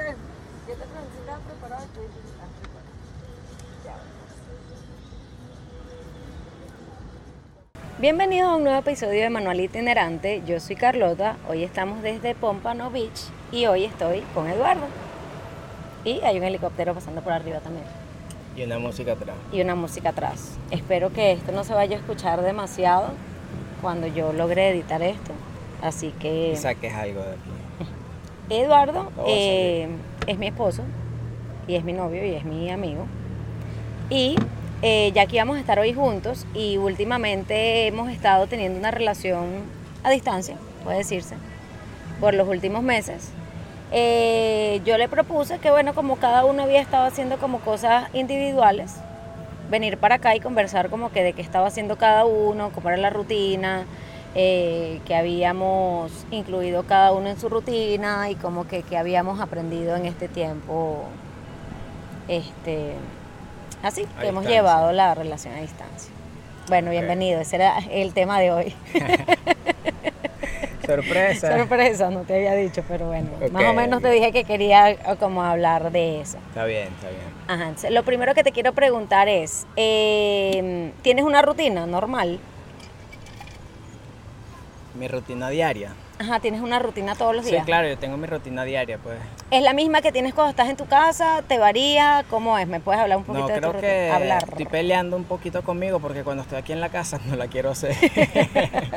Ya te necesitaba preparado y tú dices, "Ah, qué bueno". Ya. Bienvenidos a un nuevo episodio de Manual Itinerante. Yo soy Carlota. Hoy estamos desde Pompano Beach y hoy estoy con Eduardo. Y hay un helicóptero pasando por arriba también. Y una música atrás. Y una música atrás. Espero que esto no se vaya a escuchar demasiado cuando yo logre editar esto. Así que Y saques algo de aquí. Eduardo No va a eh, es mi esposo y es mi novio y es mi amigo. Y eh, ya que íbamos a estar hoy juntos y últimamente hemos estado teniendo una relación a distancia, puede decirse, por los últimos meses. eh, yo le propuse que, bueno, como cada uno había estado haciendo como cosas individuales, venir para acá y conversar como que de qué estaba haciendo cada uno, cómo era la rutina, eh, que habíamos incluido cada uno en su rutina y como que, que habíamos aprendido en este tiempo, este, así que A hemos distancia. llevado la relación a distancia. Bueno, bienvenido, ese era el tema de hoy. Sorpresa. Sorpresa, no te había dicho, pero bueno, más o Ok. menos te dije que quería eh, como hablar de eso. Está bien, está bien. Ajá, entonces, lo primero que te quiero preguntar es, eh, ¿tienes una rutina normal? Mi rutina diaria. Ajá, ¿tienes una rutina todos los Sí, días? claro, yo tengo mi rutina diaria, pues. ¿Es la misma que tienes cuando estás en tu casa? ¿Te varía? ¿Cómo es? ¿Me puedes hablar un poquito No, de tu creo rutina? que Hablar. estoy peleando un poquito conmigo porque cuando estoy aquí en la casa no la quiero hacer.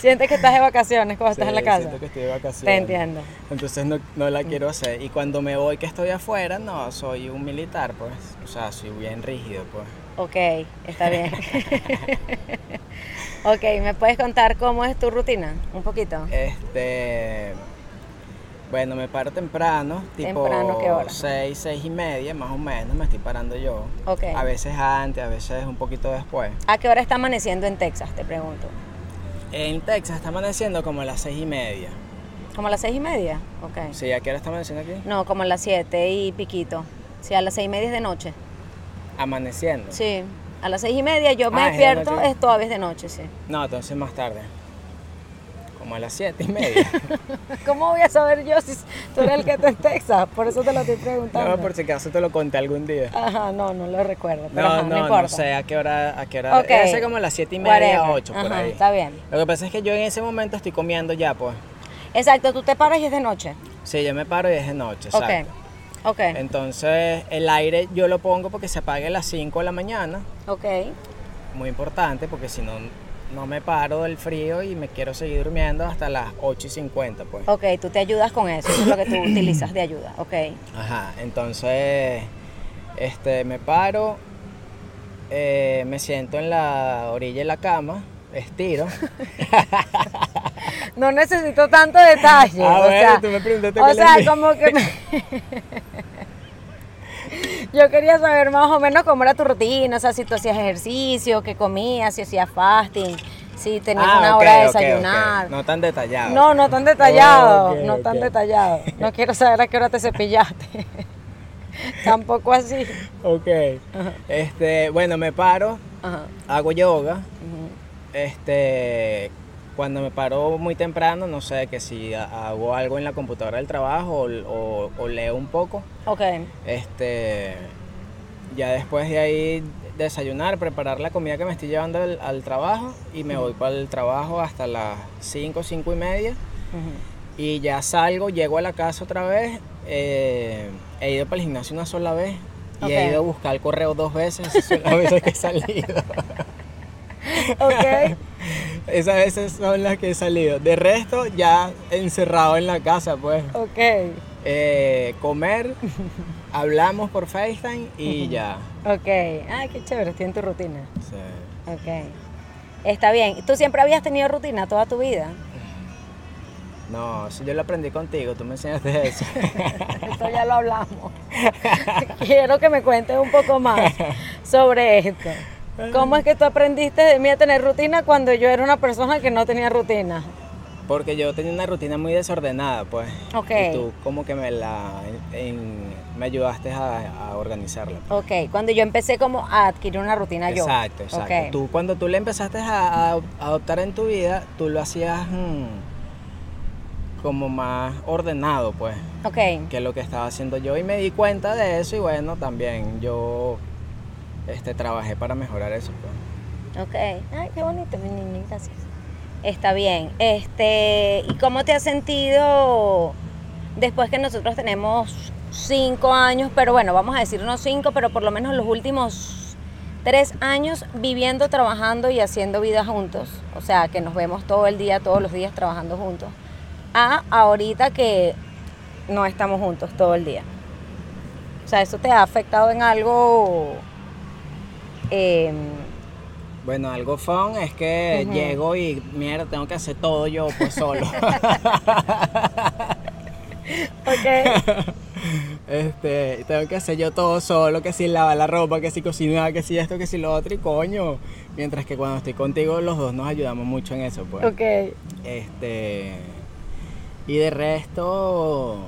Sientes que estás de vacaciones cuando estás Sí, en la casa. Siento que estoy de vacaciones. Te entiendo. Mm. Entonces no, no la quiero hacer. Y cuando me voy que estoy afuera, no, soy un militar, pues. O sea, soy bien rígido, pues. Ok, está bien. ok, ¿me puedes contar cómo es tu rutina? Un poquito. Este. Bueno, me paro temprano, tipo ¿Temprano qué hora? 6, 6 y media, más o menos, me estoy parando yo. Ok. A veces antes, a veces un poquito después. ¿A qué hora está amaneciendo en Texas? Te pregunto. En Texas está amaneciendo como a las 6 y media. ¿Como a las seis y media? Ok. Sí, ¿a qué hora está amaneciendo aquí? No, como a las siete y piquito. Sí, a las seis y media es de noche. Amaneciendo. Sí, a las seis y media yo me Ah, es de despierto, noche. es todavía es de noche, sí. No, entonces más tarde. Como a las 7 y media. ¿Cómo voy a saber yo si tú eres el que está en Texas? Por eso te lo estoy preguntando. no, por si acaso te lo conté algún día. Ajá, no, no lo recuerdo. Ah, Pero ajá, No, no, no, no, importa. sé a qué hora, a qué hora. Ok. Debe ser como a las 7 y media, Whatever. 8 por Ajá, ahí. Está bien. Lo que pasa es que yo en ese momento estoy comiendo ya, pues. Exacto, tú te paras y es de noche. Sí, yo me paro y es de noche, exacto. Ok, ok, Entonces, el aire yo lo pongo porque se apague a las 5 de la mañana, ok. muy importante, porque si no, no me paro del frío y me quiero seguir durmiendo hasta las 8 y 50, pues. Ok, tú te ayudas con eso, eso es lo que tú utilizas de ayuda, ok. Ajá, entonces, este, me paro, eh, me siento en la orilla de la cama, estiro. No necesito tanto detalle, Ah, o bueno, sea, tú me preguntaste o cuál es sea, mi- como que Yo quería saber más o menos cómo era tu rutina, o sea, si tú hacías ejercicio, qué comías, si hacías fasting, si tenías Ah, una ok, hora de ok, ok. desayunar. No tan detallado. No, no tan detallado, Ok, no tan ok. detallado. No quiero saber a qué hora te cepillaste. Tampoco así. Ok. Este, bueno, me paro, Ajá. hago yoga. ujú. Este, cuando me paro muy temprano, no sé, que si ha- hago algo en la computadora del trabajo o, o- o leo un poco, Ok, este, ya después de ahí desayunar, preparar la comida que me estoy llevando al, al trabajo y me voy para el trabajo hasta las 5, 5 y media ujú. y ya salgo, llego a la casa otra vez, eh, he ido para el gimnasio una sola vez y Ok. he ido a buscar el correo dos veces, esas son las veces que he salido. ok. Esas veces son las que he salido. De resto, ya encerrado en la casa, pues. Ok, Eh, comer, hablamos por FaceTime y ya. ok. Ay, qué chévere, estoy en tu rutina. Sí. Ok. Está bien. ¿Tú siempre habías tenido rutina toda tu vida? No, si yo lo aprendí contigo, tú me enseñaste eso. Esto ya lo hablamos. Quiero que me cuentes un poco más sobre esto. ¿Cómo es que tú aprendiste de mí a tener rutina cuando yo era una persona que no tenía rutina? Porque yo tenía una rutina muy desordenada, pues. Ok. Y tú como que me la en- me ayudaste a, a organizarla. Ok, cuando yo empecé como a adquirir una rutina yo. Exacto, exacto. Ok. Tú, cuando tú le empezaste a, a adoptar en tu vida, tú lo hacías mm, como más ordenado, pues, Ok. que lo que estaba haciendo yo. Y me di cuenta de eso y bueno, también yo este, trabajé para mejorar eso. pues. Ok. Ay, qué bonito, mi niño, gracias. Está bien. Este, ¿y cómo te has sentido después que nosotros tenemos cinco años, pero bueno, vamos a decir no cinco, pero por lo menos los últimos tres años viviendo, trabajando y haciendo vida juntos? O sea, que nos vemos todo el día, todos los días trabajando juntos. A ahorita que no estamos juntos todo el día. O sea, ¿eso te ha afectado en algo? em, Bueno, algo fun es que Ujú. llego y mierda, tengo que hacer todo yo pues solo. ok. este, tengo que hacer yo todo solo, que si lavar la ropa, que si cocinar, que si esto, que si lo otro y coño. Mientras que cuando estoy contigo los dos nos ayudamos mucho en eso, pues. Ok. Este. Y de resto.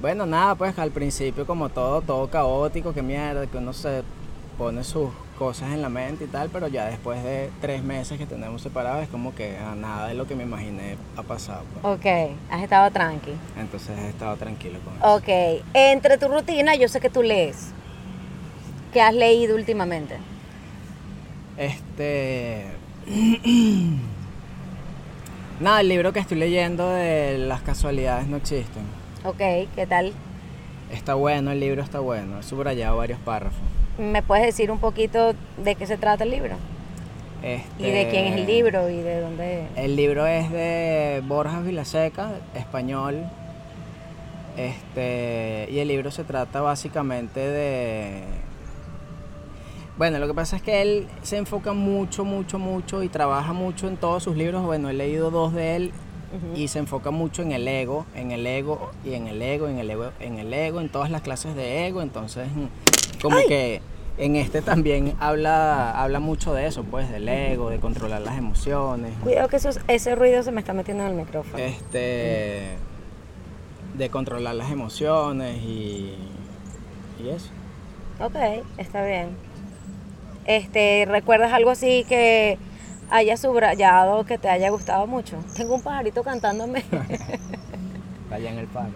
Bueno, nada, pues al principio, como todo, todo caótico, que mierda, que uno se pone sus cosas en la mente y tal, pero ya después de tres meses que tenemos separados, es como que ah, nada de lo que me imaginé ha pasado. pues. Ok, has estado tranqui. Entonces he estado tranquilo con eso. Ok, entre tu rutina, yo sé que tú lees. ¿Qué has leído últimamente? Este. nada, el libro que estoy leyendo de Las casualidades no existen. Ok, ¿qué tal? Está bueno, el libro está bueno. He subrayado varios párrafos. ¿Me puedes decir un poquito de qué se trata el libro? Este, ¿Y de quién es el libro? ¿Y de dónde? El libro es de Borjas Vilaseca, español. Este, y el libro se trata básicamente de. Bueno, lo que pasa es que él se enfoca mucho, mucho, mucho y trabaja mucho en todos sus libros. Bueno, he leído dos de él Ujú. y se enfoca mucho en el ego, en el ego y en el ego, en el ego, en el ego, en todas las clases de ego. Entonces, mm, como que en este también habla, habla mucho de eso, pues, del ego, de controlar las emociones, Cuidado que esos- ese ruido se me está metiendo en el micrófono. Eh. este, de controlar las emociones y, y eso. Ok, está bien. Este, ¿recuerdas algo así que hayas subrayado, que te haya gustado mucho? Tengo un pajarito cantándome. Allá en el parque.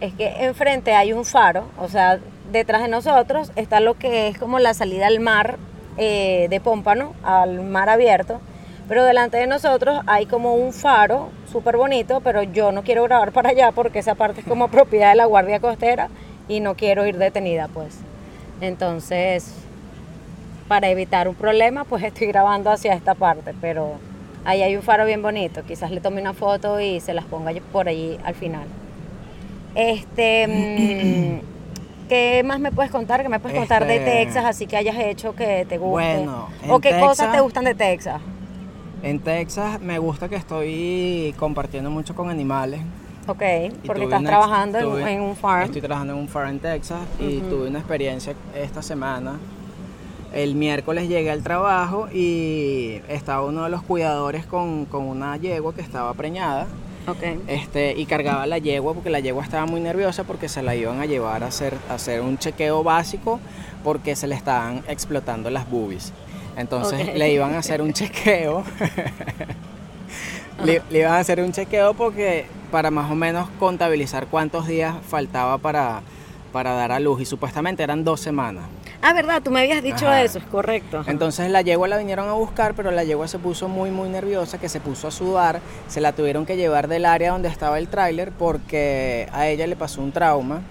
Es que enfrente hay un faro, o sea, detrás de nosotros está lo que es como la salida al mar eh, de Pómpano, al mar abierto, pero delante de nosotros hay como un faro súper bonito, pero yo no quiero grabar para allá porque esa parte es como propiedad de la Guardia Costera y no quiero ir detenida, pues. Entonces, para evitar un problema, pues estoy grabando hacia esta parte, pero ahí hay un faro bien bonito, quizás le tome una foto y se las ponga por allí al final. Este, mm, ¿qué más me puedes contar? ¿Qué me puedes contar de Este- Texas? Así que hayas hecho que te guste. Bueno, en ¿O qué cosas Texas- te gustan de Texas? En Texas me gusta que estoy compartiendo mucho con animales. Ok, Y porque tuve estás una ex- trabajando en- en, tuve- un farm. Estoy trabajando en un farm en Texas y tuve una experiencia esta semana. El miércoles llegué al trabajo y estaba uno de los cuidadores con, con una yegua que estaba preñada. Ok. este, y cargaba la yegua porque la yegua estaba muy nerviosa porque se la iban a llevar a hacer, a hacer un chequeo básico porque se le estaban explotando las boobies. Entonces Ok. le iban a hacer un chequeo. le, le iban a hacer un chequeo porque para más o menos contabilizar cuántos días faltaba para, para dar a luz. Y supuestamente eran dos semanas. Ah, verdad, tú me habías dicho Ajá. eso, es correcto. Entonces la yegua la vinieron a buscar, pero la yegua se puso muy, muy nerviosa, que se puso a sudar. Se la tuvieron que llevar del área donde estaba el tráiler porque a ella le pasó un trauma,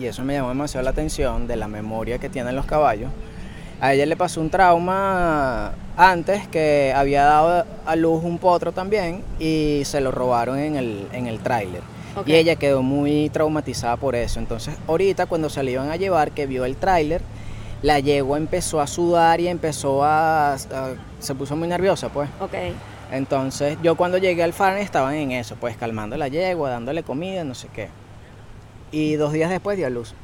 y eso me llamó demasiado la atención, de la memoria que tienen los caballos. A ella le pasó un trauma antes que había dado a luz un potro también y se lo robaron en el, en el tráiler. Ok. Y ella quedó muy traumatizada por eso. Entonces ahorita cuando se la iban a llevar, que vio el tráiler, la yegua empezó a sudar y empezó a, a- se puso muy nerviosa pues. Ok, Entonces yo cuando llegué al farm estaban en eso, pues calmando la yegua, dándole comida, no sé qué. Y dos días después dio a luz.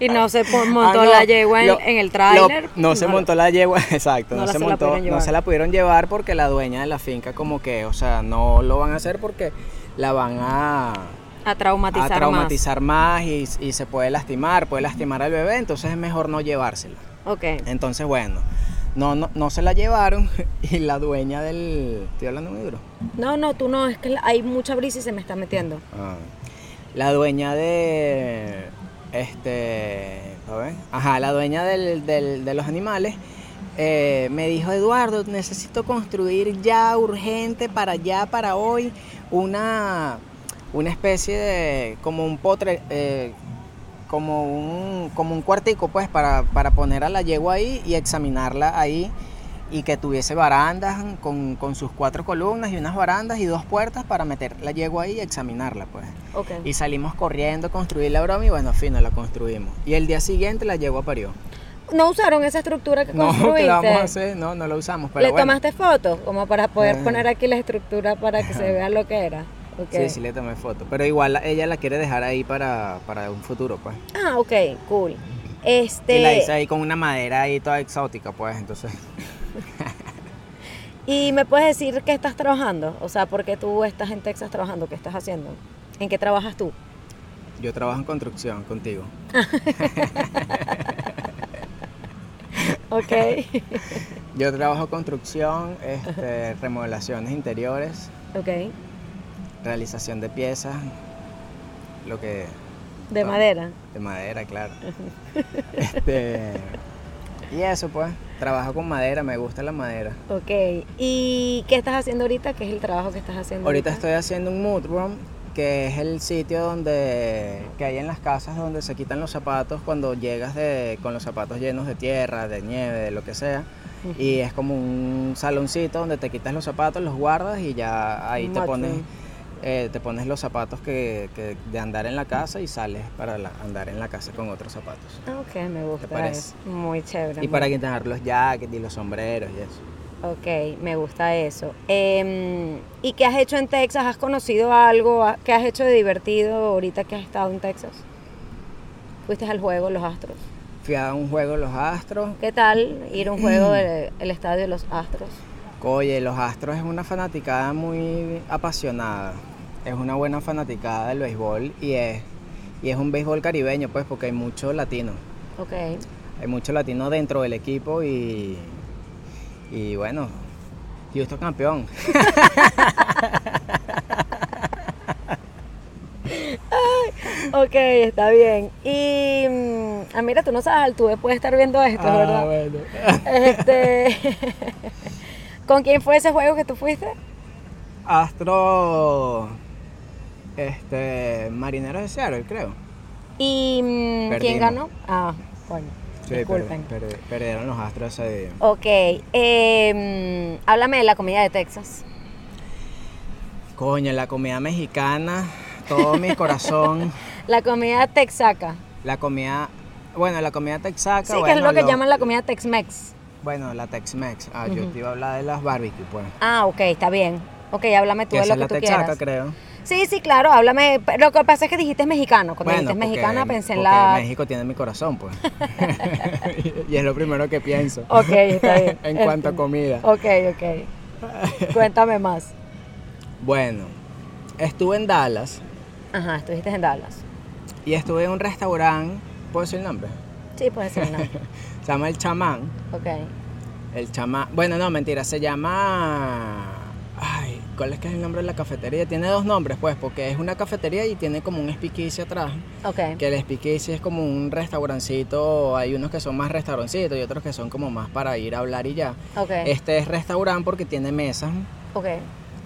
y no se pon- montó Ah, no, la yegua en, lo- en el tráiler. lo- No se lo- montó la yegua, exacto. no No, la se se, la montó, pudieron no llevar. se la pudieron llevar porque la dueña de la finca como que, o sea, no lo van a hacer porque la van a, A a traumatizar, traumatizar más, y, y se puede lastimar, puede lastimar al bebé, entonces es mejor no llevársela. más. Ok, Entonces, bueno, No, no, no se la llevaron y la dueña del... ¿Estoy hablando muy duro? No, no, tú no, es que hay mucha brisa y se me está metiendo. Ah. La dueña de. Este. A ver. Ajá, la dueña del- del- de los animales. eh, me dijo Eduardo, necesito construir ya urgente para ya, para hoy, una, una especie de, como un potre, eh, como un, como un cuartico, pues, para, para poner a la yegua ahí y examinarla ahí y que tuviese barandas con, con sus cuatro columnas y unas barandas y dos puertas para meter la yegua ahí y examinarla, pues. Ok. Y salimos corriendo a construir la broma y bueno, fino, la construimos. Y el día siguiente la yegua parió. ¿No usaron esa estructura que No, construiste? ¿qué vamos a hacer? No, no la usamos, pero ¿Le bueno. tomaste fotos? Como para poder Eh. poner aquí la estructura para que se vea lo que era. Ok. Sí, sí le tomé foto. Pero igual la- ella la quiere dejar ahí para, para un futuro, pues. Ah, ok, cool. Este, Y la hice ahí con una madera ahí toda exótica, pues, entonces. ¿Y me puedes decir qué estás trabajando? O sea, ¿por qué tú estás en Texas trabajando? ¿Qué estás haciendo? ¿En qué trabajas tú? Yo trabajo en construcción contigo. Ok. Yo trabajo construcción, este, remodelaciones interiores, ok. realización de piezas, lo que De Ah. madera. De madera, claro. este, y eso, pues. Trabajo con madera, me gusta la madera. Ok. ¿Y qué estás haciendo ahorita? ¿Qué es el trabajo que estás haciendo? Ahorita estoy haciendo un mood room, que es el sitio donde que hay en las casas donde se quitan los zapatos cuando llegas de, con los zapatos llenos de tierra, de nieve, de lo que sea. Y es como un saloncito donde te quitas los zapatos, los guardas y ya ahí Un te mud pones, room. eh, te pones los zapatos que, que de andar en la casa y sales para la- andar en la casa con otros zapatos. Ah, Ok, me gusta. parece? eso. Muy chévere. muy- Y para quitar los jackets y los sombreros y eso. Ok, me gusta eso. Em, ¿Y qué has hecho en Texas? ¿Has conocido algo? ¿Ha- ¿Qué has hecho de divertido ahorita que has estado en Texas? Fuiste al juego, los Astros. Fui a un juego de los Astros. ¿Qué tal ir a un juego del el estadio de los Astros? Oye, los Astros es una fanaticada muy apasionada. Es una buena fanaticada del béisbol y es, y es un béisbol caribeño, pues, porque hay mucho latino. Ok, Hay mucho latino dentro del equipo y, y bueno, Houston campeón. ok, está bien. Y mm, ah, mira, tú no sabes, Altuve puede estar viendo esto, Ah, ¿verdad? Este, ¿Con quién fue ese juego que tú fuiste? Astro, este, Marineros de Seattle, creo. ¿Y mm, quién Perdimos. ganó? Ah, bueno, Sí, per- disculpen. per- perdieron los Astros ese día. Ok, eh, mm, háblame de la comida de Texas. Coño, la comida mexicana, todo mi corazón. La comida texaca. La comida, bueno, la comida texaca. Sí, que bueno, es lo que llaman la comida Tex-Mex. Bueno, la Tex-Mex. Ah, yo te iba a hablar de las barbecue, pues. Ah, ok, está bien. Ok, háblame tú Que de esa lo es que tú la texaca, quieras. creo. Sí, sí, claro, háblame. Lo que pasa es que dijiste mexicano. Cuando Bueno, dijiste porque- mexicana pensé en porque la. México tiene mi corazón, pues. y es lo primero que pienso. Ok, está bien. en cuanto a comida. Ok, ok. Cuéntame más. Bueno, estuve en Dallas Ajá, estuviste en Dallas. y estuve en un restaurante, ¿puedo decir el nombre? Sí, puede ser, no. Se llama El Chamán. Ok. El chamán. Bueno, no, mentira, se llama. Ay, ¿cuál es que es el nombre de la cafetería? Tiene dos nombres, pues, porque es una cafetería y tiene como un speakeasy atrás. Ok. Que el speakeasy es como un restaurancito. Hay unos que son más restaurancitos y otros que son como más para ir a hablar y ya. Ok. Este es restaurante porque tiene mesas, Ok.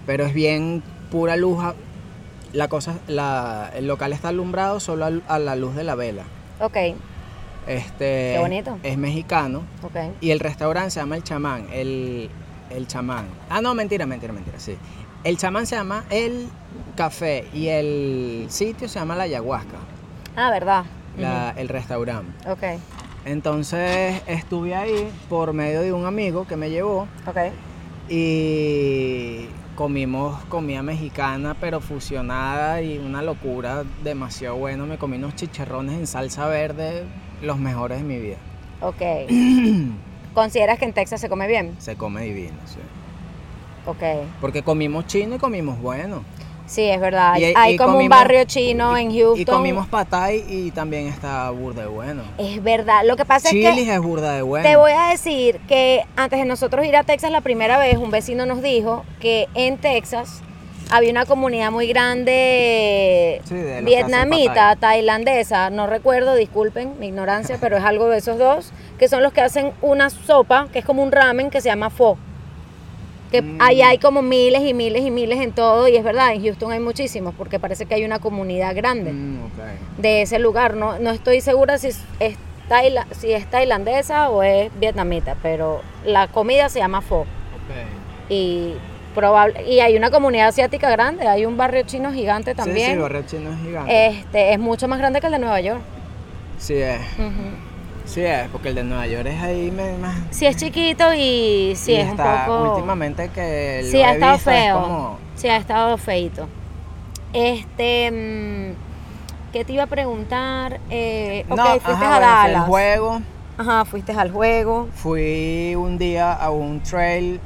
pero es bien pura luz. a- La cosa, la, el local está alumbrado solo al- a la luz de la vela. Ok. Este, Qué bonito. Es mexicano. Ok. Y el restaurante se llama El Chamán. El, el Chamán. Ah, no, mentira, mentira, mentira, sí. El Chamán se llama El Café y el sitio se llama La Ayahuasca, Ah, verdad. la- el restaurante. Ujú. Ok. Entonces estuve ahí por medio de un amigo que me llevó Ok. y comimos comida mexicana pero fusionada y una locura demasiado bueno. Me comí unos chicharrones en salsa verde, los mejores de mi vida. Ok. ¿Consideras que en Texas se come bien? Se come divino, sí. Ok. Porque comimos chino y comimos bueno. Sí, es verdad. Y- hay y hay como un comimos- barrio chino en Houston. Y comimos patay y también está burda de bueno. Es verdad. Lo que pasa es que Chilis es burda de bueno. Te voy a decir que antes de nosotros ir a Texas la primera vez, un vecino nos dijo que en Texas había una comunidad muy grande Sí, de los que vietnamita, hacen tailandesa, no recuerdo, disculpen mi ignorancia, pero es algo de esos dos, que son los que hacen una sopa, que es como un ramen que se llama pho. Que Mm. ahí hay como miles y miles y miles en todo, y es verdad, en Houston hay muchísimos, porque parece que hay una comunidad grande Mm, ok. de ese lugar. No, no estoy segura si es, es taila- si es tailandesa o es vietnamita, pero la comida se llama pho. Ok. Y, probable, y hay una comunidad asiática grande, hay un barrio chino gigante también. Sí, sí, barrio chino es gigante. este, es mucho más grande que el de Nueva York. Sí es, Ujú. sí es, porque el de Nueva York es ahí me- más... Sí es chiquito y sí y es está, un poco... Últimamente que lo Sí, ha he estado visto, es feo. como- Sí, ha estado feito. Este, mm, ¿qué te iba a preguntar? Eh, ok, No, fuiste ajá, a bueno, fui al Dallas. juego, Ajá, fuiste al juego. fui un día a un trail,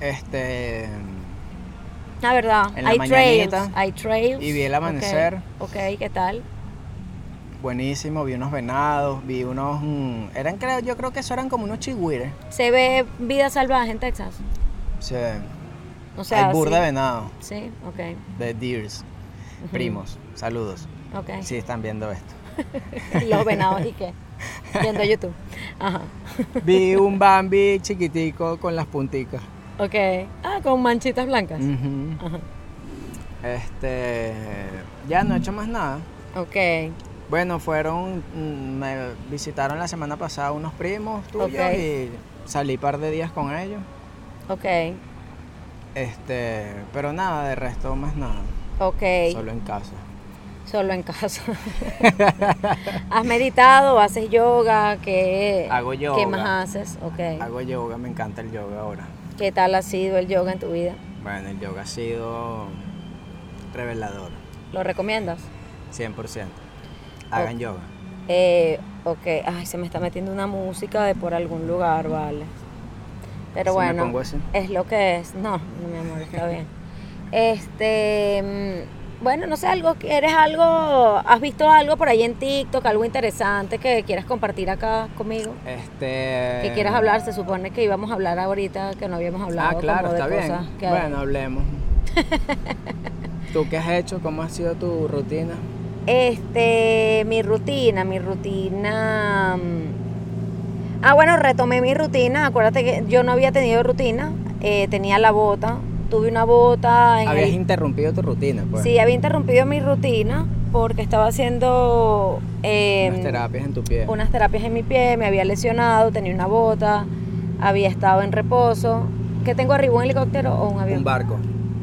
este... Ah, La verdad, En la hay trails, mañanita. hay trails. Y vi el Ok, amanecer. Ok, ¿qué tal? Buenísimo, vi unos venados, vi unos... mm, eran, creo, yo creo que eso eran como unos chigüires. ¿Se ve vida salvaje en Texas? O sea, O sea, hay burda de sí. venado, Sí, ok, de deers, primos, saludos. ok. Sí, están viendo esto. Los venados y qué. Viendo YouTube. Ajá. Vi un Bambi chiquitico con las punticas. Ok. Ah, con manchitas blancas. Ujú. Ajá. Este, ya no he hecho más nada. Ok. Bueno, fueron, mm, me visitaron la semana pasada unos primos tuyos Ok. y salí par de días con ellos. Ok. Este, pero nada, de resto más nada, Ok. solo en casa. Solo en casa. ¿Has meditado? ¿Haces yoga? ¿Qué, Hago ¿qué yoga. más haces? Ok. Hago yoga, me encanta el yoga ahora. ¿Qué tal ha sido el yoga en tu vida? Bueno, el yoga ha sido revelador, ¿Lo recomiendas? 100%. Hagan Ok. yoga. Eh, ok, ay, se me está metiendo una música de por algún lugar, vale. Pero Si me bueno, pongo así. es lo que es. No, no, mi amor, está bien. Este, mm, bueno, no sé, algo, ¿quieres algo? ¿Has visto algo por ahí en TikTok, algo interesante que quieras compartir acá conmigo? Este, Que quieras hablar, se supone que íbamos a hablar ahorita, que no habíamos hablado. Ah, claro, como de está cosas bien. que- Bueno, hablemos. ¿Tú qué has hecho? ¿Cómo ha sido tu rutina? Este, mi rutina, mi rutina. mm. Ah, bueno, retomé mi rutina. Acuérdate que yo no había tenido rutina. eh, tenía la bota. Tuve una bota. En Habías el- interrumpido tu rutina, pues. Sí, había interrumpido mi rutina porque estaba haciendo eh, unas terapias en tu pie. unas terapias en mi pie. Me había lesionado, tenía una bota. Había estado en reposo. ¿Qué tengo arriba? ¿Un helicóptero o un avión? Un barco.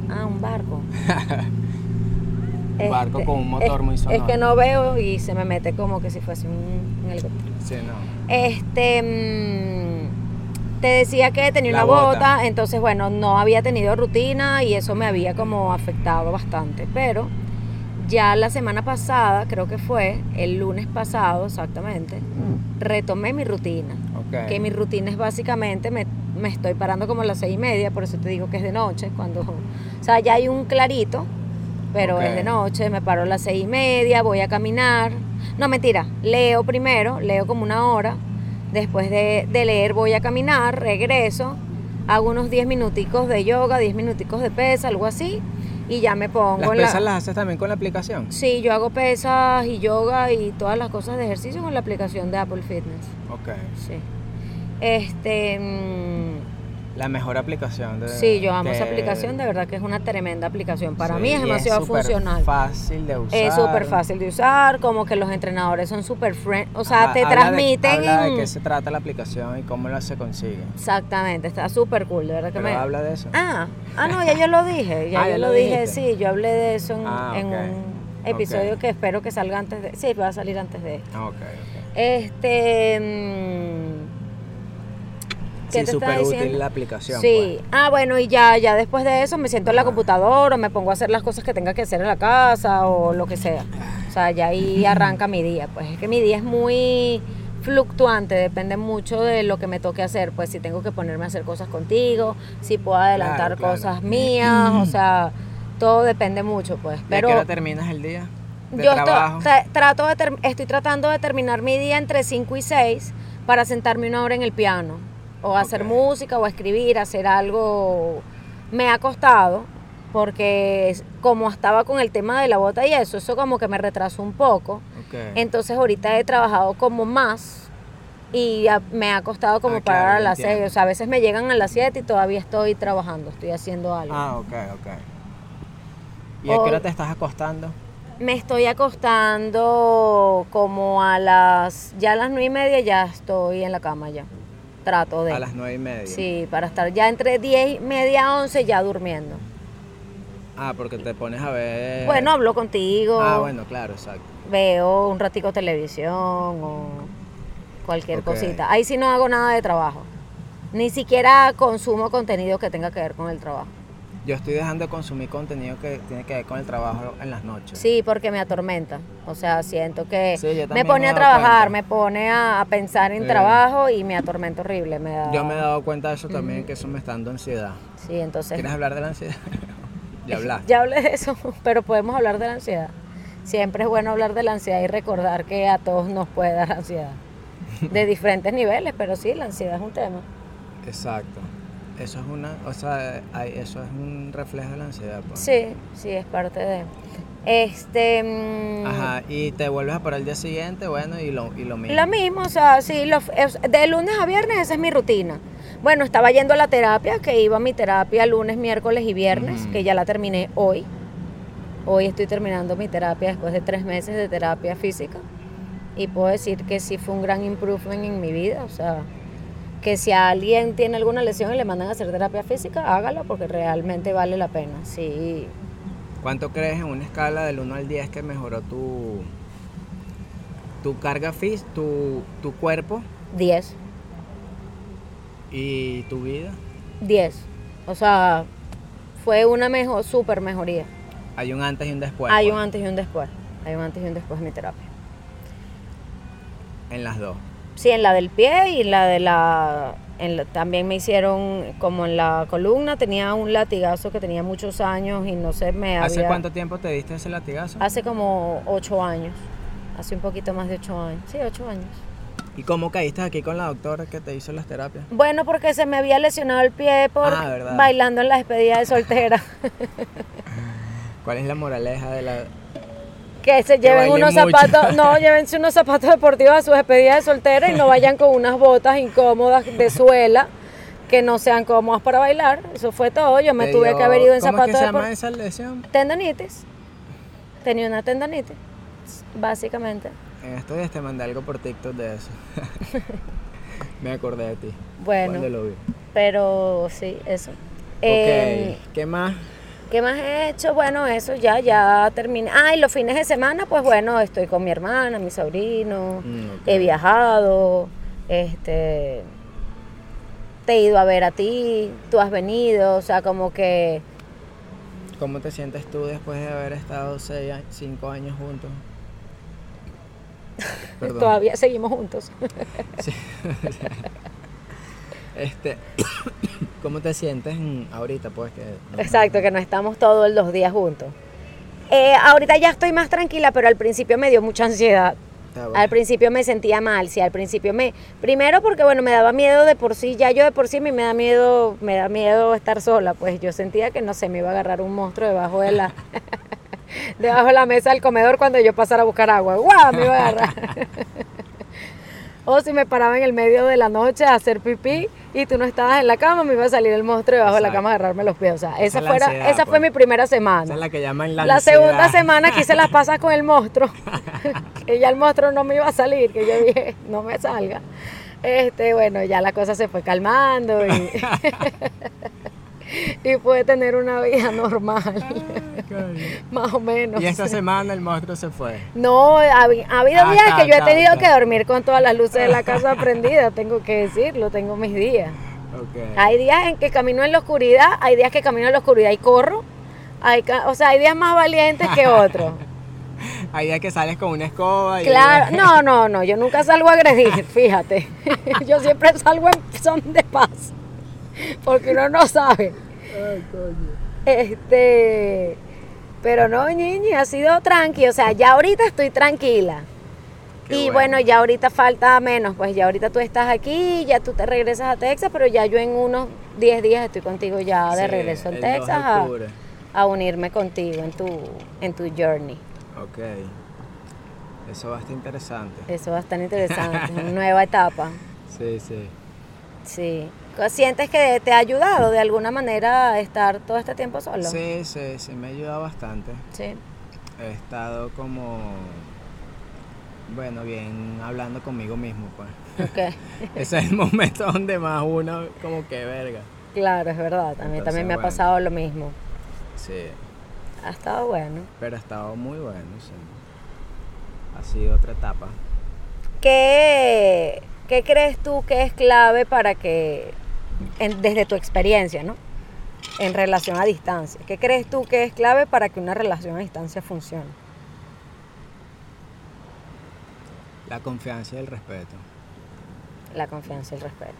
Ah, un barco. barco con un motor es- muy Este, Es sonoro. que no veo y se me mete como que si fuese un, un helicóptero. Sí, no. Este. mm, te decía que tenía una La bota, bota. entonces, bueno, no había tenido rutina y eso me había como afectado bastante. Pero ya la semana pasada, creo que fue, el lunes pasado exactamente, retomé mi rutina. Ok. Que mi rutina es básicamente, me, me estoy parando como a las seis y media, por eso te digo que es de noche, cuando, o sea, ya hay un clarito, pero es de Ok. noche, me paro a las seis y media, voy a caminar, no mentira, leo primero, leo como una hora, después de, de leer voy a caminar, regreso, hago unos diez minuticos de yoga, diez minuticos de pesa, algo así, y ya me pongo ¿Las en la- pesas las haces también con la aplicación? Sí, yo hago pesas y yoga y todas las cosas de ejercicio con la aplicación de Apple Fitness. Ok. Sí. Este. mm, La mejor aplicación de. sí, yo amo que- esa aplicación, de verdad que es una tremenda aplicación. Para Sí, mí es y demasiado súper funcional. fácil de usar. Es súper fácil de usar, como que los entrenadores son súper friend, o sea, Ah, te habla de- transmiten. habla de qué se trata la aplicación y cómo la se consigue. Exactamente, está súper cool, de verdad que Pero me. habla de eso. Ah, ah, no, ya yo lo dije, ya Ah, yo ya lo lo dije, dijiste. sí, yo hablé de eso en, Ah, en ok, un episodio ok. que espero que salga antes de. Sí, va a salir antes de. este. Ah, ok, ok. Este. mm, ¿qué Sí, te estaba súper útil diciendo? la aplicación. pues. Sí, ah, bueno, y ya, ya después de eso me siento en la Ajá. computadora, me pongo a hacer las cosas que tenga que hacer en la casa o lo que sea. O sea, ya ahí arranca mi día. Pues es que mi día es muy fluctuante, depende mucho de lo que me toque hacer. Pues si tengo que ponerme a hacer cosas contigo, si puedo adelantar claro. cosas mías, o sea, Todo depende mucho, pues. Pero ¿Y a qué hora terminas el día? De yo estoy- trabajo. tra- trato de ter- estoy tratando de terminar mi día entre 5 y 6 para sentarme una hora en el piano o hacer Ok. música o escribir, hacer algo. Me ha costado porque es- como estaba con el tema de la bota y eso, eso como que me retrasó un poco. Ok. Entonces ahorita he trabajado como más y a- me ha costado como Ah, claro, parar a yo las entiendo. 6. O sea, a veces me llegan a las 7 y todavía estoy trabajando, estoy haciendo algo. Ah, ok, ok. ¿Y a O- qué hora te estás acostando? Me estoy acostando como a las, ya a las nueve y media ya estoy en la cama ya. Trato de. A las nueve y media. Sí, para estar ya entre diez y media, once ya durmiendo. Ah, porque te pones a ver. Bueno, hablo contigo, Eh. Ah, bueno, claro, exacto. veo un ratico televisión o cualquier Ok. cosita. Ahí sí no hago nada de trabajo. Ni siquiera consumo contenido que tenga que ver con el trabajo. Yo estoy dejando de consumir contenido que tiene que ver con el trabajo en las noches. Sí, porque me atormenta. O sea, siento que Sí, yo me también pone me he a dado trabajar, me cuenta. pone a, a pensar en Sí. trabajo y me atormenta horrible. Me da, Yo me he dado cuenta de eso también, que eso me está dando ansiedad. Mm. Sí, entonces. ¿Quieres hablar de la ansiedad? ya hablaste. Ya hablé de eso, pero podemos hablar de la ansiedad. Siempre es bueno hablar de la ansiedad y recordar que a todos nos puede dar ansiedad. De diferentes niveles, pero sí, la ansiedad es un tema. Exacto. Eso es una, o sea, hay- eso es un reflejo de la ansiedad. pues. Sí, sí, es parte de. Este. mm, Ajá, y te vuelves a parar el día siguiente, bueno, y lo, y lo mismo. Lo mismo, o sea, sí, los- es- de lunes a viernes esa es mi rutina. Bueno, estaba yendo a la terapia, que iba a mi terapia lunes, miércoles y viernes, Ujú. que ya la terminé hoy. Hoy estoy terminando mi terapia después de tres meses de terapia física. Y puedo decir que sí fue un gran improvement en mi vida. O sea, que si a alguien tiene alguna lesión y le mandan a hacer terapia física, hágalo porque realmente vale la pena. Sí, ¿Cuánto crees en una escala del 1 al 10 que mejoró tu, tu carga física, tu, tu cuerpo 10. y tu vida? 10. O sea, fue una mejor, súper mejoría. Hay un antes y un después. Hay un pues, antes y un después. Hay un antes y un después en mi terapia. En las dos. Sí, en la del pie y la de la, en la- También me hicieron como en la columna. Tenía un latigazo que tenía muchos años y no sé, me ¿Hace había... cuánto tiempo te diste ese latigazo? Hace como ocho años. Hace un poquito más de ocho años. Sí, ocho años. ¿Y cómo caíste aquí con la doctora que te hizo las terapias? Bueno, porque se me había lesionado el pie por Ah, ¿verdad? bailando en la despedida de soltera. ¿Cuál es la moraleja de la...? que se lleven bailen unos mucho. zapatos, no, llévense unos zapatos deportivos a su despedida de soltera y no vayan con unas botas incómodas de suela que no sean cómodas para bailar. Eso fue todo. Yo me te tuve dio- que haber ido en ¿Cómo zapatos es que se llama depor- esa lesión? Tendonitis. Tenía una tendonitis, básicamente. En estos días te mandé algo por TikTok de eso. Me acordé de ti. Bueno, Cuando lo vi. pero sí, eso. Eh, ok, ¿qué más? ¿Qué más he hecho? Bueno, eso ya, ya terminé. Ah, y los fines de semana, pues bueno, estoy con mi hermana, mi sobrino, Mm, ok. he viajado, este, te he ido a ver a ti, tú has venido, o sea, como que ¿Cómo te sientes tú después de haber estado seis, a- cinco años juntos? Perdón. todavía seguimos juntos. Este, ¿Cómo te sientes mm, ahorita? Pues que no- Exacto, que no estamos todos los días juntos. Eh, ahorita ya estoy más tranquila, pero al principio me dio mucha ansiedad. está Ah, bueno. Al principio me sentía mal, sí, al principio me... Primero porque, bueno, me daba miedo de por sí, ya yo de por sí a mí me da miedo, me da miedo estar sola, pues yo sentía que, no sé, me iba a agarrar un monstruo debajo de la... debajo de la mesa del comedor cuando yo pasara a buscar agua. ¡Guau! Me iba a agarrar. o si me paraba en el medio de la noche a hacer pipí y tú no estabas en la cama, me iba a salir el monstruo debajo de la Exacto. cama a agarrarme los pies. O sea, esa, es la fuera, ansiedad, esa fue pues. mi primera semana. Esa es la que llaman la La segunda ansiedad. semana que hice las pasas con el monstruo, que ya el monstruo no me iba a salir, que yo dije, no me salga. Este, bueno, ya la cosa se fue calmando y, y pude tener una vida normal, Ok. más o menos. Y esta semana el monstruo se fue. No, ha, habi- ha habido Ah, días está, que yo he está, tenido está. que dormir con todas las luces de la casa prendidas, tengo que decirlo, tengo mis días. Ok. Hay días en que camino en la oscuridad, hay días que camino en la oscuridad y corro, hay, ca- o sea, hay días más valientes que otros. Hay días que sales con una escoba y Claro, no, no, no, yo nunca salgo a agredir, fíjate. Yo siempre salgo en son de paz, porque uno no sabe. Este, Pero no, Ñiñi, ha sido tranqui. O sea, ya ahorita estoy tranquila. Qué y bueno. bueno. ya ahorita falta menos. Pues ya ahorita tú estás aquí, ya tú te regresas a Texas, pero ya yo en unos 10 días estoy contigo ya de Sí, regreso en el 2 de Texas ah. a, octubre. a unirme contigo en tu, en tu journey. Ok. Eso va a estar interesante. Eso va a estar interesante. una nueva etapa. Sí, sí. Sí. ¿Sientes que te ha ayudado de alguna manera a estar todo este tiempo solo? Sí, sí, sí, me ayuda bastante. Sí. He estado como, bueno, bien hablando conmigo mismo, pues. Ok. Ese es el momento donde más uno como que verga. Claro, es verdad. A mí Entonces, también me ha bueno. pasado lo mismo. Sí, Ha estado bueno. pero ha estado muy bueno, sí. Ha sido otra etapa. ¿Qué, qué crees tú que es clave para que, en- desde tu experiencia, ¿no? En relación a distancia. ¿Qué crees tú que es clave para que una relación a distancia funcione? La confianza y el respeto. La confianza y el respeto.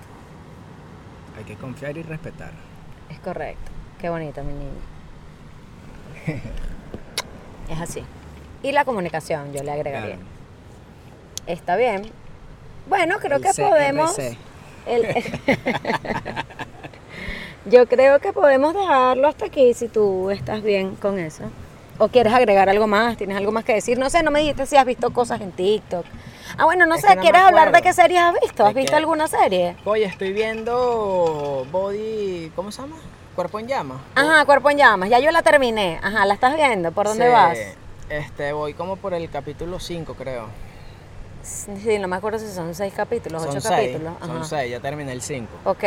Hay que confiar y respetar. Es correcto. Qué bonito, mi niño. es así. Y la comunicación, yo le agregaría. Claro. Está bien. Bueno, creo El que CRC. podemos. el- Yo creo que podemos dejarlo hasta aquí si tú estás bien con eso. O quieres agregar algo más, tienes algo más que decir. No sé, no me dijiste si has visto cosas en TikTok. Ah, bueno, no Es sé, que no me ¿quieres hablar de acuerdo. qué series has visto? ¿De ¿Has visto qué? alguna serie? Oye, estoy viendo Body. ¿Cómo se llama? Cuerpo en llama. Ajá, Cuerpo en Llamas, ya yo la terminé. Ajá, ¿la estás viendo? ¿Por dónde Sí, vas? Este, voy como por el capítulo 5, creo. Sí, no me acuerdo si son seis capítulos, son ocho seis, capítulos. Ajá. Son 6, ya terminé el 5. Ok,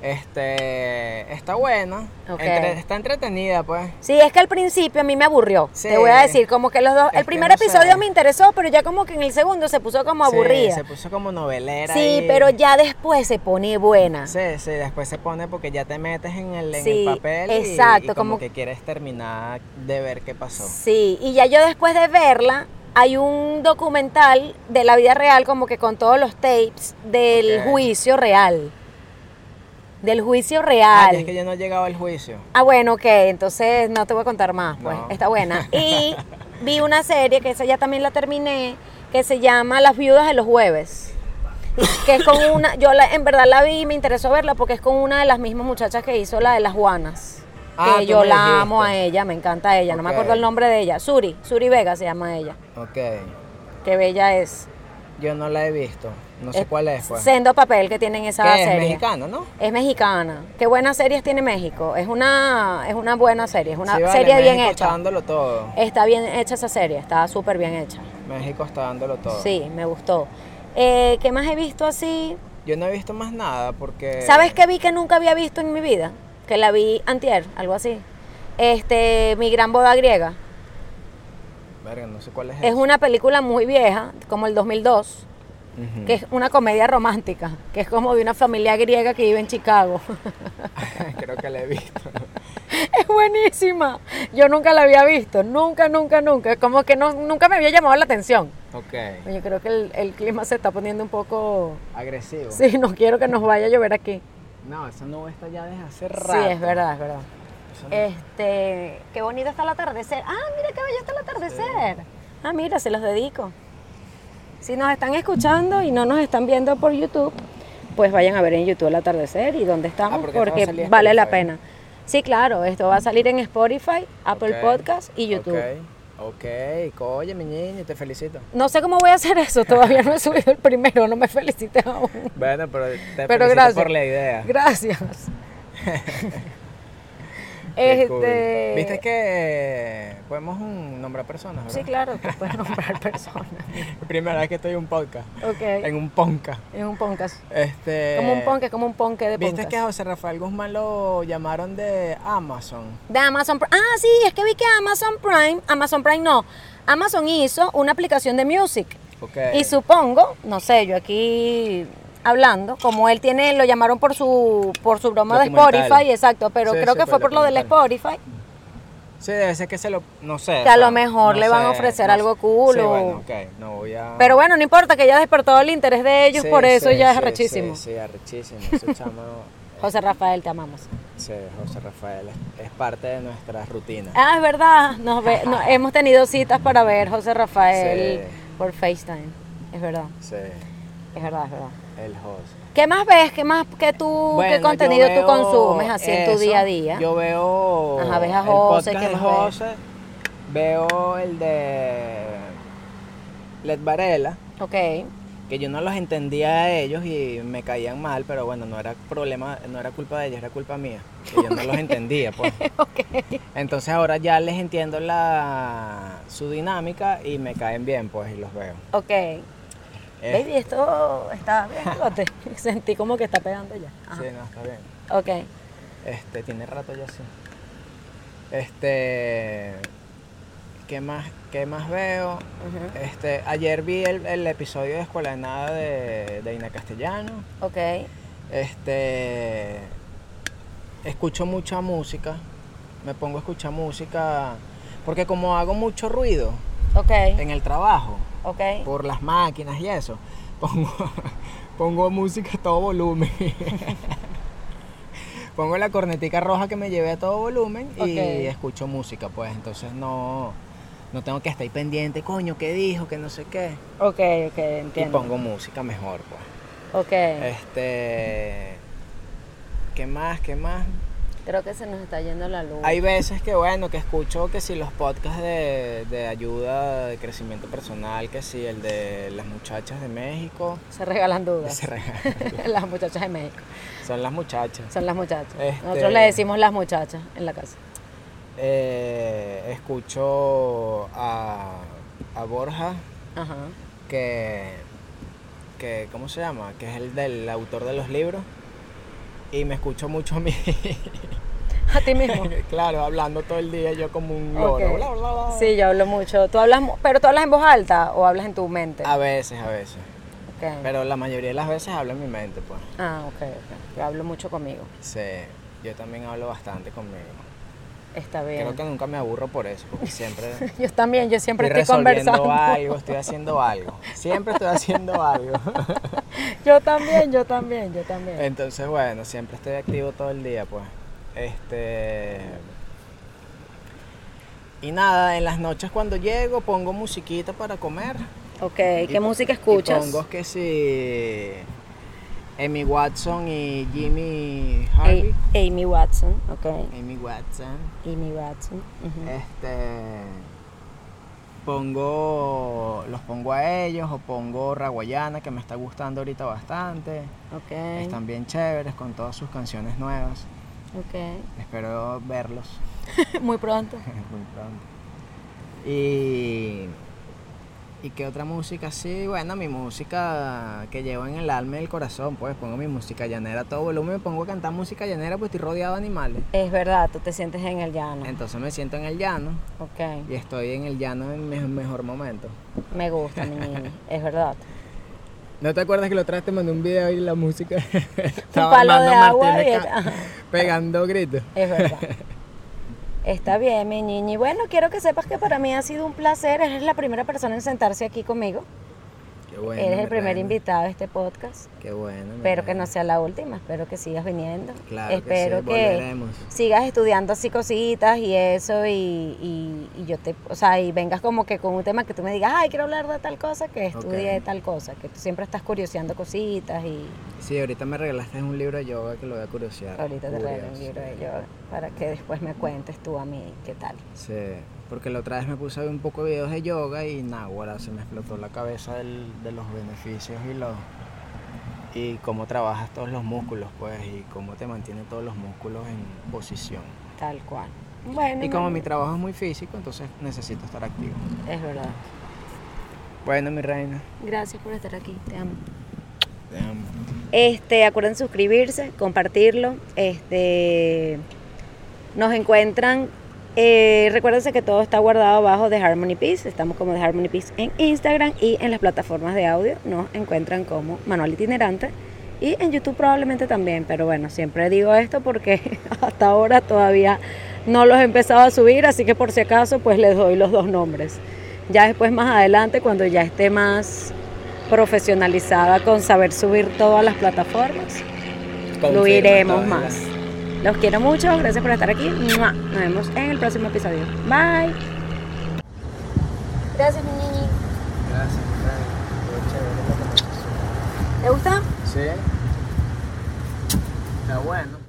Este, está buena. Ok. entre- está entretenida, pues. Sí, es que al principio a mí me aburrió. Sí. Te voy a decir, como que los dos. Es el que primer no sé. episodio me interesó, pero ya como que en el segundo se puso como Sí, aburrida. se puso como novelera. Sí, ahí. pero ya después se pone buena. Sí, sí, después se pone porque ya te metes en el, en Sí, el papel y- exacto, y, como, como- que quieres terminar de ver qué pasó. Sí, y ya yo después de verla, hay un documental de la vida real, como que con todos los tapes del Ok. juicio real. Del juicio Ah, real. ya es que yo no he llegado al juicio. Ah, bueno, ok, entonces no te voy a contar más, pues, No. está buena. Y vi una serie, que esa ya también la terminé, que se llama Las viudas de los jueves. Que es con una, yo la, en verdad la vi y me interesó verla porque es con una de las mismas muchachas que hizo la de las Juanas. Ah, que tú yo me la dijiste. amo a ella, me encanta ella, no me Ok. acuerdo el nombre de ella. Suri, Suri Vega se llama ella. Ok, Qué bella es. yo no la he visto. No sé Es cuál es, pues. Sendo papel que tienen esa ¿Qué es serie. mexicano, ¿no? Es mexicana. Qué buenas series tiene México. Es una, es una buena serie, es una Sí, vale, serie bien México hecha. Está dándolo todo. Está bien hecha esa serie, está súper bien hecha. México está dándolo todo. Sí, me gustó. Eh, ¿Qué más he visto así? Yo no he visto más nada porque. ¿Sabes qué vi que nunca había visto en mi vida? Que la vi antier, algo así. Este, Mi gran boda griega. Verga, no sé cuál es. Es una película muy vieja, como el 2002, Ujú. que es una comedia romántica, que es como de una familia griega que vive en Chicago. Creo que la he visto. es buenísima. Yo nunca la había visto, nunca, nunca, nunca. Como que no, nunca me había llamado la atención. Ok. Yo creo que el- el clima se está poniendo un poco Agresivo. Sí, no quiero que nos vaya a llover aquí. No, esa nube está ya desde hace rato. Sí, es verdad, es verdad. Esa nube- Este, qué bonito está el atardecer. Ah, mira qué bello está el atardecer. Ah, mira, se los dedico. Si nos están escuchando y no nos están viendo por YouTube, pues vayan a ver en YouTube el atardecer y dónde estamos, Ah, porque esto va a porque, salir en vale la Spotify. pena. Sí, claro, esto va a salir en Spotify, Apple Ok, Podcast y YouTube. Ok, ok. Oye, mi niño, te felicito. No sé cómo voy a hacer eso, todavía no he subido el primero, no me felicites aún. Bueno, pero te Pero felicito gracias. por la idea. Gracias. Qué este... cool. Viste que podemos mm, nombrar personas, Sí, ¿verdad? claro, que puedes nombrar personas. Primera vez que estoy en un podcast. Ok. En un ponca. Es un poncas. Este. Como un ponque, como un ponque de Viste poncas. que a José Rafael Guzmán lo llamaron de Amazon. De Amazon Prime. Ah, sí, es que vi que Amazon Prime, Amazon Prime no. Amazon hizo una aplicación de music. Ok. Y supongo, no sé, yo aquí hablando, como él tiene, lo llamaron por su, por su broma de Documental. Spotify, exacto, pero Sí, creo sí, que por fue el por lo del documental. Spotify. Sí, debe ser que se lo. No sé. Que a lo pa, mejor le van a sé, ofrecer no algo sé. cool Sí, o- bueno, ok, no voy a. Pero bueno, no importa, que ya despertó el interés de ellos, Sí, por eso sí, ya es sí, rechísimo. Sí, sí, arrechísimo. Ese chamo. José Rafael, te amamos. Sí, José Rafael es, es parte de nuestra rutina. Ah, es verdad. Nos ve- no, hemos tenido citas para ver José Rafael Sí. por FaceTime. Es verdad, Sí, es verdad, es verdad. el José. ¿Qué más ves? ¿Qué más que tú, Bueno, qué yo contenido tú veo consumes así en tu eso. día a día? Yo veo. Ajá, ves a el José, podcast ¿qué de más ves? José, Veo el de. Led Varela, Ok. que yo no los entendía a ellos y me caían mal, pero bueno, no era problema, no era culpa de ellos, era culpa mía. Que yo no los entendía, pues. Entonces ahora ya les entiendo la, su dinámica y me caen bien, pues, y los veo. Ok. Eh, Baby, esto está bien, lote. Sentí como que está pegando ya. Ajá. Sí, no, está bien. Ok. Este, tiene rato ya sí. Este, ¿qué más, qué más veo? ujú, Este, ayer vi el, el episodio de Escuela de Nada de, de Ina Castellano. Ok. Este, escucho mucha música. Me pongo a escuchar música porque como hago mucho ruido Ok. en el trabajo Ok. por las máquinas y eso, pongo, pongo música a todo volumen. pongo la cornetica roja que me llevé a todo volumen y Ok. escucho música, pues entonces no, no tengo que estar ahí pendiente, coño, ¿qué dijo? Que no sé qué. Ok, ok, entiendo. Y pongo música mejor, pues. Ok. Este. ¿Qué más? ¿Qué más? Creo que se nos está yendo la luz. Hay veces que, bueno, que escucho que si los podcasts de, de ayuda, de crecimiento personal, que si el de las muchachas de México. Se regalan dudas. Se regalan las muchachas de México. Son las muchachas. Son las muchachas. Este- Nosotros le decimos las muchachas en la casa. Eh, escucho a, a Borja, Ajá. que, que, ¿cómo se llama? Que es el del autor de los libros. Y me escucho mucho a mí, A ti mismo. claro, hablando todo el día yo como un loro. Ok. bla, bla, bla. Sí, yo hablo mucho. ¿Tú hablas, mu- pero tú hablas en voz alta o hablas en tu mente? A veces, a veces. Ok. Ah, Pero la mayoría de las veces hablo en mi mente, pues. Ah, ok, ok. Yo hablo mucho conmigo. Sí, yo también hablo bastante conmigo. Está bien. Creo que nunca me aburro por eso, porque siempre... Yo también, yo siempre estoy, resolviendo conversando. algo, estoy haciendo algo. Siempre estoy haciendo algo. Yo también, yo también, yo también. Entonces, bueno, siempre estoy activo todo el día, pues. Este. Y nada, en las noches cuando llego pongo musiquita para comer. Ok, Y ¿qué po- música y escuchas? pongo que si. Amy Watson y Jimmy A- Harvey. Amy Watson, ok. Amy Watson. Amy Watson. ujú. Este. Pongo. Los pongo a ellos o pongo Raguayana, que me está gustando ahorita bastante. Ok, Están bien chéveres con todas sus canciones nuevas. ok. Espero verlos Muy pronto. muy pronto. Y. ¿Y qué otra música? Sí, bueno, mi música que llevo en el alma y el corazón, pues pongo mi música llanera a todo volumen, me pongo a cantar música llanera, pues estoy rodeado de animales. Es verdad, tú te sientes en el llano. Entonces me siento en el llano Ok, y estoy en el llano en mi mejor momento. me gusta, mi niña, es verdad. ¿No te acuerdas que lo traste, mandé un video y la música estaba palo Armando de agua Martínez y- ca- ajá. pegando gritos? Es verdad. Está bien, mi niña. Y bueno, quiero que sepas que para mí ha sido un placer. Eres la primera persona en sentarse aquí conmigo. Qué bueno. Eres el Miranda. primer invitado a este podcast. Qué bueno. Espero que no Miranda. sea la última, espero que sigas viniendo. Claro que espero sí, volveremos. sigas estudiando así cositas y eso y, y- y yo te, o sea, y vengas como que con un tema que tú me digas, ay, quiero hablar de tal cosa, que estudie Ok. tal cosa, que tú siempre estás curioseando cositas y Sí, ahorita me regalaste un libro de yoga que lo voy a curiosear. ahorita te regalo un Curioso. libro de yoga para que después me cuentes tú a mí qué tal. Sí, porque la otra vez me puse a ver un poco de videos de yoga y náguara, se me explotó la cabeza del- de los beneficios y los y cómo trabajas todos los músculos, pues, y cómo te mantienen todos los músculos en posición. Tal cual. Bueno, Y como mi Manuel, trabajo es muy físico, entonces necesito estar activo. es verdad. Bueno, mi reina, Gracias por estar aquí, te amo. te amo. Este, acuérdense suscribirse, compartirlo. Este, nos encuentran. eh, recuérdense que todo está guardado abajo de Harmony Peace. Estamos como de Harmony Peace en Instagram y en las plataformas de audio nos encuentran como Manual Itinerante y en YouTube probablemente también. Pero bueno, siempre digo esto porque hasta ahora todavía no los he empezado a subir, así que por si acaso pues les doy los dos nombres. Ya después más adelante cuando ya esté más pues, profesionalizada con saber subir todas las plataformas, lo iremos más. Los quiero mucho, gracias por estar aquí. ¡Mua! Nos vemos en el próximo episodio. Bye. Gracias, mi niñi. Gracias, Fran. ¿Te gusta? Sí. Está bueno.